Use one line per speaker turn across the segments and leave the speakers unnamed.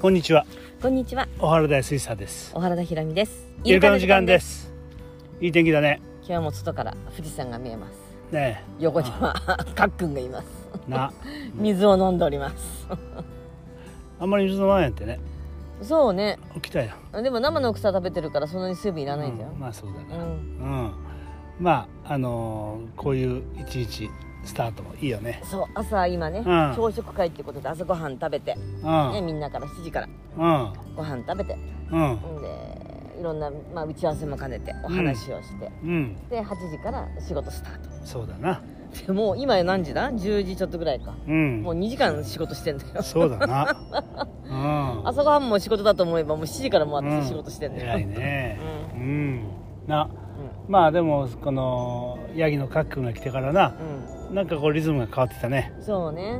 こんにちは
こんにちは、
小原大水産です
小原田ひろみです。。
イルカの時間ですすいい天気だね
今日はもう外から富士山が見えます。
ね
横には かっくんがいます。
えな
水を飲んでおります。
あんまり水飲まないなんてね
そうね。
起きたよ
でも生の草食べてるからそんなに水分いらないんだよ
うん。まあそうだ
う
ね
ん、
うんまああのーこういう一日スタートもいいよね
そう朝今ね、
うん
朝食会ってことで朝ごはん食べて、
うん
ねみんなから7時から
うん
ご飯食べて、
うん
んでいろんなまあ打ち合わせも兼ねてお話をして、
うん
で8時から仕事スタート。
そうだな
でもう今何時だ？10時ちょっとぐらいか。
うん
もう2時間仕事してんだよ。
そうだ なうん
朝ごはんも仕事だと思えばもう7時からもう
うん
私仕事してんだよ、
偉いねう
う
んな
う
まあでもこのヤギのカックンが来てからななんかこうリズムが変わってきたね
ん、そうね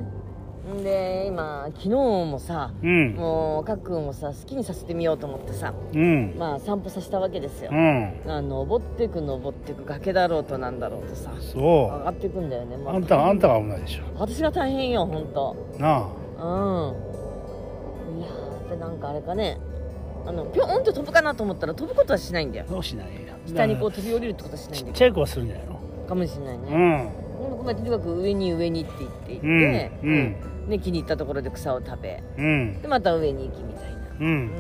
んで今昨日もさ
うん
もうかっくんをさ好きにさせてみようと思ってさ
うん
まあ散歩させたわけですよ
う、ん
あ登ってく登ってく崖だろうとなんだろうとさ上
そ
がってくんだよね、
う
ま
あんたあんたが危ないでし
私が大変よほんと
ょなあ
うんいやーやっぱなんかあれかねあのピョンって飛ぶかなと思ったら飛ぶことはしないんだよ
どうしないよ
下にこう
だか
飛び降りるってことはし
ら
な
ち
いん
っ
だよ
ちゃい子はするんじゃないの
かもしれないね、
うん
でもまあとにかく上に上にって言っていって、
うんうん
で気に入ったところで草を食べ
うん
でまた上に行きみたいな
う
うんん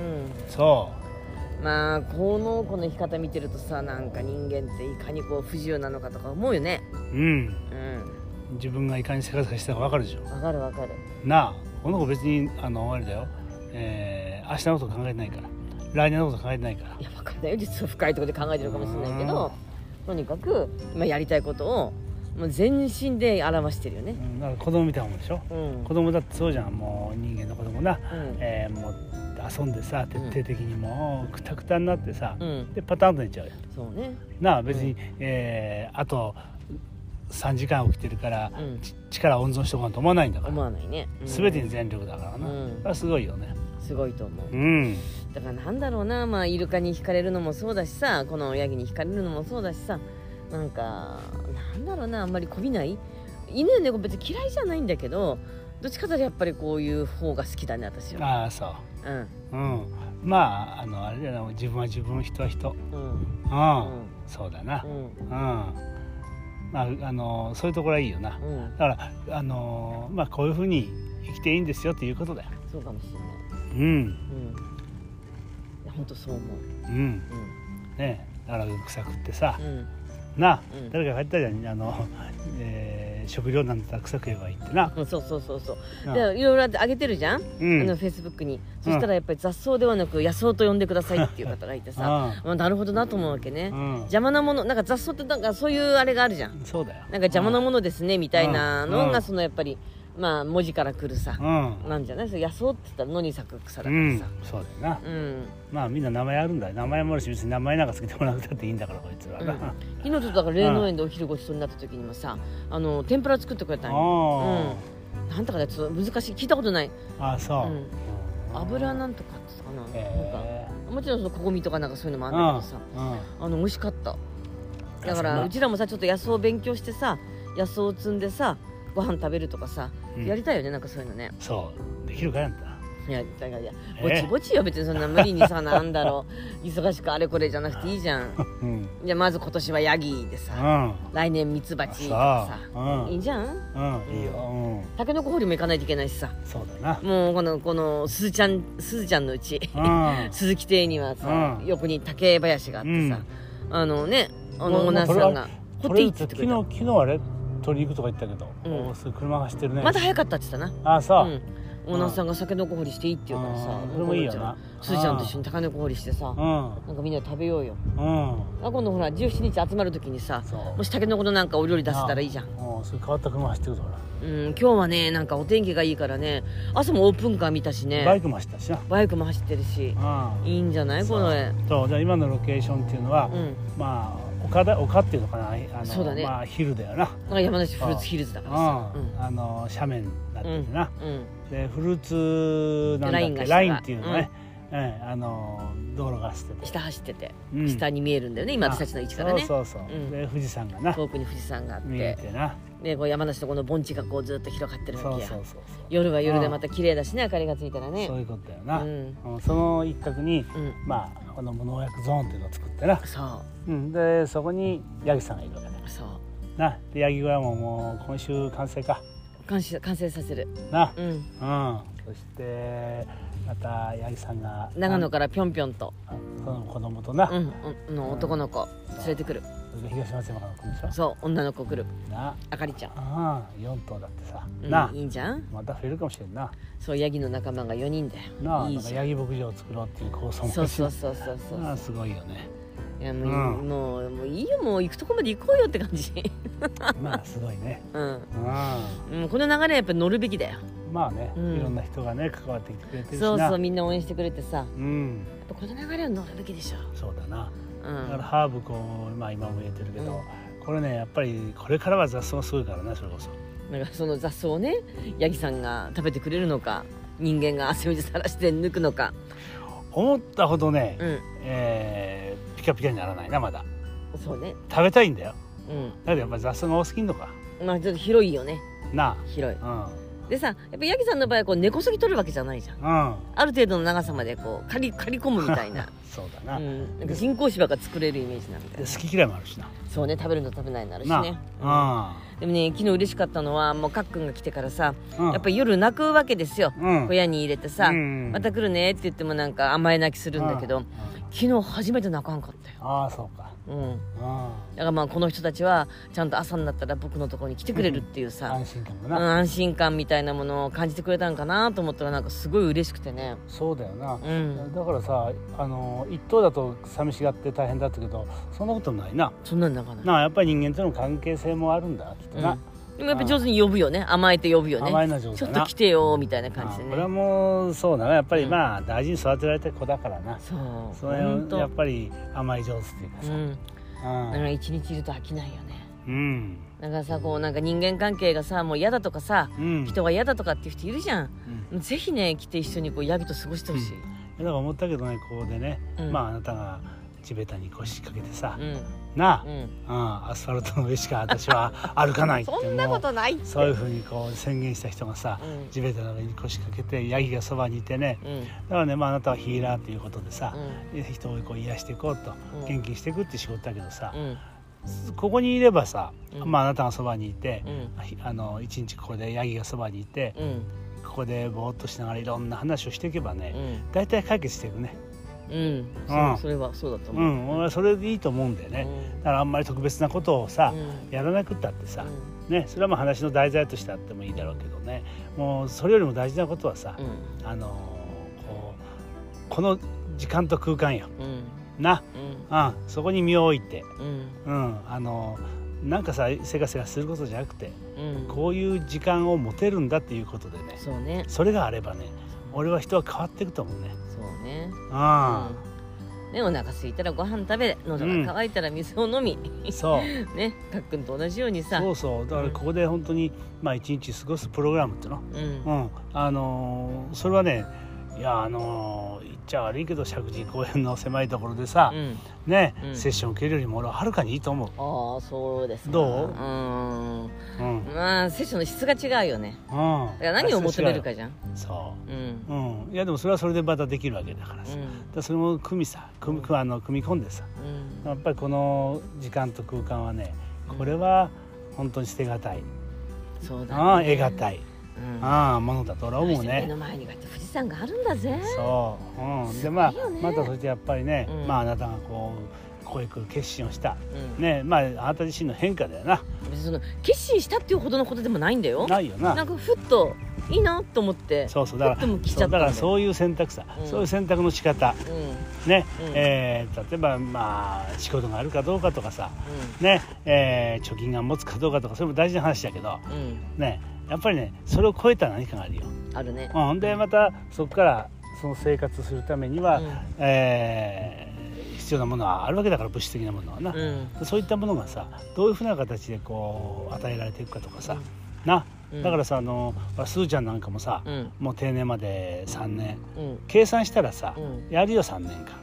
そ
まあこの子の生き方見てるとさなんか人間っていかにこう不自由なのかとか思うよね
ううん
うん
自分がいかにせかせかしてたか分かるでしょ
わかるわかる
なあこの子別にあのあれだよえー明日のこと考えてないから来年のこと考えてないから
いやわかんないよ実は深いところで考えてるかもしれないけどとにかく今やりたいことをもう全身で表してるよね
うんだから子供みたいなもんでしょ
うん
子供だってそうじゃんもう人間の子供な
うん
えーもう遊んでさ徹底的にもうくたくたになってさ
うん
でパターンと寝ちゃうよ
そうね
なあ別に、えーあと3時間起きてるから、
うん
ち力温存しておかんと思わないんだから、
思わないね、うん
全てに全力だからな、
うん
だからすごいよね
すごいと思う
うん
だからなんだろうな、まあ、イルカに惹かれるのもそうだしさこのヤギに惹かれるのもそうだしさなんかなんだろうなあんまりこびない犬や猫別に嫌いじゃないんだけどどっちかというとやっぱりこういう方が好きだね私は
ああそ
うん
ううんまああのあれだな自分は自分人は人
うん
うん、
うん
そうだな
う
うんん、まああのそういうところはいいよな
うん
だからあのまあこういうふうに生きていいんですよっていうことだよ
そうかもしれない
うん
うんいや本当そう思う
うん
うん
ねだから臭くってさ、
うん
なあ、
うん
誰かが言ったじゃんあの、えー食料なんてたくさん食えばいいってな、
うんそうそうそうそう
な
でいろいろあげてるじゃん、
うん
あのフェイスブックにそしたらやっぱり雑草ではなく野草と呼んでくださいっていう方がいてさ
あ
まあなるほどなと思うわけね、
あうん
邪魔なものなんか雑草ってなんかそういうあれがあるじゃんなんか
そうだよなん
邪魔なものですねみたいなの
うん
がそのやっぱりまあ文字からくるさ
うん、
なんじゃないそれ野草って言ったら野に咲く草だ
う
から
ん
さ、
そうだよな、
うん、
まあみんな名前あるんだよ名前もあるし別に名前なんかつけてもらうたっていいんだからこいつらな、
うん
あ
昨日ちょっとだから霊農園でお昼ごちそうになった時にもさあの天ぷら作ってくれたんよ
あ、
なんとかねちょっと難しい聞いたことない
ああそう、
うん油なんとかって言ったかな,、なんか
え
もちろんそのこごみとかなんかそういうのも
ー、
あるんだけどさ
うんうん
あの美味しかっただか
そん
ら
な
うちらもさちょっと野草を勉強してさ野草を摘んでさご飯食べるとかさ、
うん
やりたいよねなんかそういうのね
そうできるかやんた
いやだからいや
え
ぼちぼちよ別にそんな無理にさなんだろう 忙しくあれこれじゃなくていいじゃん
うんうん
じゃあまず今年はヤギでさ来年ミツバチとか
そうう
さ
ん
いいじゃん
うんいいよ、う
タケノコ掘りも行かないといけないしさ
ん、そうだな
もうこのこのすずちゃんすずちゃんのうち
うん
鈴木邸にはさ、
うん
横に竹林があってさ、あのねあ
も
の
う
オーナーさんが
こ
掘って
れ
いいっ
昨
て言って
日
くれた
昨日あれ取り行くとか言ったけど、
うん
おーすごい車走ってるね
まだ早かったって言ってたな
ああそう、
うん、オーナーさんが酒のこ掘りしていいって言うからさ
あー
も
それ
う
もいいよ
このちゃん
な
すずちゃんと一緒に高のこ掘りしてさ
うん
なんかみんなで食べようよ
うん
あ今度ほら17日集まる時にさ
そう
もしタケノコのなんかお料理出せたらいいじゃん
もうすごい変わった車走ってるから、
うん今日はねなんかお天気がいいからね朝もオープンカー見たしね
バ
バ
イ
イ
クも走ったしな
クも走ってるし
うん
いいんじゃないこれ
そうじゃあ今のロケーションっていうのは、
うん
まあ丘だ丘っていうのかなあの
そうだね
まあヒルだよな
なんか山梨フルーツヒルズだ
う
か
ん、
らさ
あの斜面になっ
う
て
ん
てな、
うん
でフルーツなんだっ
ライ
け
ンが
ライ
下
ンっていうのね、うんあの道路が走ってて、
下走ってて
うん
下に見えるんだよね今私たちの位置からね
そうそうそう、
うん
で富士山がな
遠くに富士山があっ
見え
て
てな
でこう山梨のこの盆地がこうずっと広がってる
そ
わ
う
け
そう
や
そうそう
夜は夜でまた綺麗だしね明かりがついたらね
そういうことだよな、
う
うんんその一角に
うん
まあこの無農薬ゾーンっていうのを作ってな、
そ
うん、でそこにヤギさんがいるわけだ
うそう
なでヤギ小屋ももう今週完成か
完成完成させる
な
うん
うんそしてまた八木さんが
長野からぴょんぴょんと、
あその子供とな、
うん、おの男の子連れてくる
それが東松山から来るでしょ
そう女の子来る
な
あかりちゃん、
ああ4頭だってさ、
うん、
ない
いんじゃん
また増えるかもしれんな
そうヤギの仲間が4人だ
な
よ
あ
いい
なんか
じ
ヤ
ゃん
ギ牧場を作ろうっていう構想も
そうそう
し
そうそうそう
なあすごいよ ね
いやもう,、
う
もうもういいよもう行くとこまで行こうよって感じ
まあすごいね
うん
うん
うん、この流れはやっぱ乗るべきだよ
まあね、
うん
いろんな人がね関わってきてくれてるしな
そうそうみんな応援してくれてさやっ
うん
ぱこの流れは乗るべきでしょ、
そうだな
う
だから
ん、
ハーブこう、まあ、今も植えてるけど、これねやっぱりこれからは雑草がすごいからねそれこそ
なんかその雑草をねヤギさんが食べてくれるのか人間が汗水さらして抜くのか
思ったほどね、
うん
えーピカピカにならないなまだ
そうね
食べたいんだよ
う
だけどやっぱ雑草が多すぎんのか
んまあちょっと広いよね
な
広い
あ
でさやっぱヤギさんの場合はこう根こそぎ取るわけじゃないじゃん
うんうん
ある程度の長さまでこう刈り刈り込むみたいな
そうだ
う
な、で
ん、なんか人工芝が作れるイメージなんだよね
好き嫌いもあるしな
そうね食べるの食べないのあるし
な
ね、
あ
うんでもね昨日嬉しかったのはもうかっくんが来てからさ
うん、うん、
やっぱり夜泣くわけですよ、
うん
小屋に入れてさ、
うん
また来るねって言ってもなんか甘え泣きするんだけど、
うん
昨日初めて泣かんかったよ、
ああそうか
うん、
う
だからまあこの人たちはちゃんと朝になったら僕のところに来てくれるっていうんさ、
安心感も
うん、
な、
安心感みたいなものを感じてくれたんかなと思ったらなんかすごい嬉しくてね
そうだよな、
うん
だからさあの一頭だと寂しがって大変だったけどそんなことないな
そんなん泣かない
なあやっぱり人間との関係性もあるんだきっとな、
でもやっぱ上手に呼ぶよね甘えて呼ぶよね
甘えな上
ち
手
ょっ
だ
と
な
来てよみたいな感じで
あこれは
ね
もうそうだなやっぱり、
うん
まあ大事に育てられた子だからな
そう
それ
本
を
当
やっぱり甘い上手っていうか
う
さ、
ん
うん
なんか一日いると飽きないよね
うん
なんかさこうなんか人間関係がさもう嫌だとかさ
うん
人が嫌だとかっていう人いるじゃん
うん
ぜひね来て一緒にこうヤギと過ごしてほしい、
だから思ったけどねここでね、
うん
まああなたが地べたに腰掛けてさ、
うん
な
う
あ、
ん、
うんアスファルトの上しか私は歩かないって
そんなことないって
もうそういうふうにこう宣言した人がさ、
うん
地べたの上に腰掛けてヤギがそばにいてね
うんうん
だからね、まあ、あなたはヒーラーということでさ、人をこう癒していこうと、
うん
元気にしていくって仕事だけどさ
う、ん
ここにいればさ、
うん
まあ、あなたがそばにいて、
うん
ひあの一日ここでヤギがそばにいて、
うん
ここでぼーっとしながらいろんな話をしていけばね、
うん
大体解決していくね、
うん
う
そ
ん
それはそうだと
う、
思うん
俺はそれでいいと思うんだよね、だからあんまり特別なことをさ、
うん
やらなくったってさ、
う
ね、それはまあ話の題材としてあってもいいだろうけどねもうそれよりも大事なことはさ、
ん
あのーこうこの時間と空間よ
うんうん
な、
うん
うん、そこに身を置いて、
うん
うん、あのーなんかさせかせかすることじゃなくて
うん
こういう時間を持てるんだっていうことでね
そうね
それがあればね俺は人は変わっていくと思うね
そうね
あ
うんねお腹空いたらご飯食べ喉が渇いたら水を飲み、
あ、そう
ねかっくんと同じようにさ
そうそうだからここで本当にまあ一日過ごすプログラムっていうの
うん
うんあのーそれはねいやあのー言っちゃ悪いけど石神井公園の狭いところでさ
う、ん
ね、
うん
セッション受けるよりも俺ははるかにいいと思う
ああそうですか
どう
うーん
うん、うん、
まあセッションの質が違うよねだから何を求めるかじゃん
そ
うん
う、うん、いやでもそれはそれでまたできるわけだから
う
さ、だか
ん
らそれも組みさ組みあの組み込んでさ
うん
やっぱりこの時間と空間はねこれは本当に捨てがたい、
そうだね
ああ得がたい、
うん
ああものだと俺は思う
目
ね
の前にこうやって富士山があるんだぜ
そう、うん、
す
で
ごい
まあ
よね
またそしてやっぱりね、
うん
まああなたがこうここへ来る決心をした
うん
ねまああなた自身の変化だよな
別にその決心したっていうほどのことでもないんだよ
ないよな
なんかふっといいなと思って
そうそうだか
ふっとも
ら
来ち
そ
ゃ
う
っ
だ
た
か
んだ
ら
よ
そういう選択さ、
うん
そういう選択の仕方
うん
ね、
うん
えー例えばまあ仕事があるかどうかとかさ
う
ね、えー貯金が持つかどうかとかそれも大事な話だけど
んうん
ねやっぱりねそれを超えた何かがあるよ、
あるね
うん、でまたそこからその生活するためには、
うん
えー必要なものはあるわけだから物質的なものはな、
うん
そういったものがさどういうふうな形でこう与えられていくかとかさ、
うん
な
うん
だからさあのすーちゃんなんかもさ、
うん
もう定年まで3年
うん
計算したらさ、
うん
やるよ3年間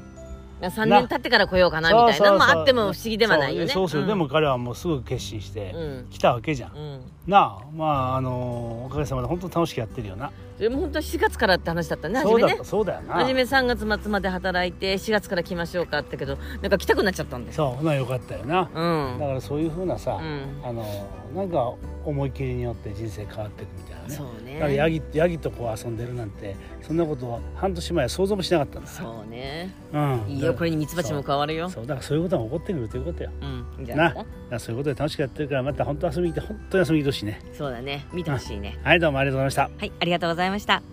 3年経ってから来ようかなみたいなのもあっても不思議ではないよね
そうそうそうですよ、
ん
でも彼はもうすぐ決心して
うん
来たわけじゃん、
うん
なあまああのーおかげさまで本当楽しくやってるよな、
でも本当は4月からって話だったね初
そう
め
だ
ね
ったそうだよな
初め3月末まで働いて4月から来ましょうかってけどなんか来たくなっちゃったんです
そうなよかったよな、
うん
だからそういうふうなさ、
うん
あのーなんか思い切りによって人生変わっていくみたいなね
そう
だからヤ
ね
ギヤギとこう遊んでるなんてそんなことは半年前は想像もしなかったんだよ
そうね
うん、
いい
だ
よ
から
これにミツバチも変わるよ
そうだからそういうことが起こってくるということよ
うんいいんじゃな
ないだ
か
か
な
らそういうことで楽しくやってるからまた本当遊びに行って本当に遊びに行ってほしいね
そうだね見てほしいね
はいどうもありがとうございました
はいありがとうございました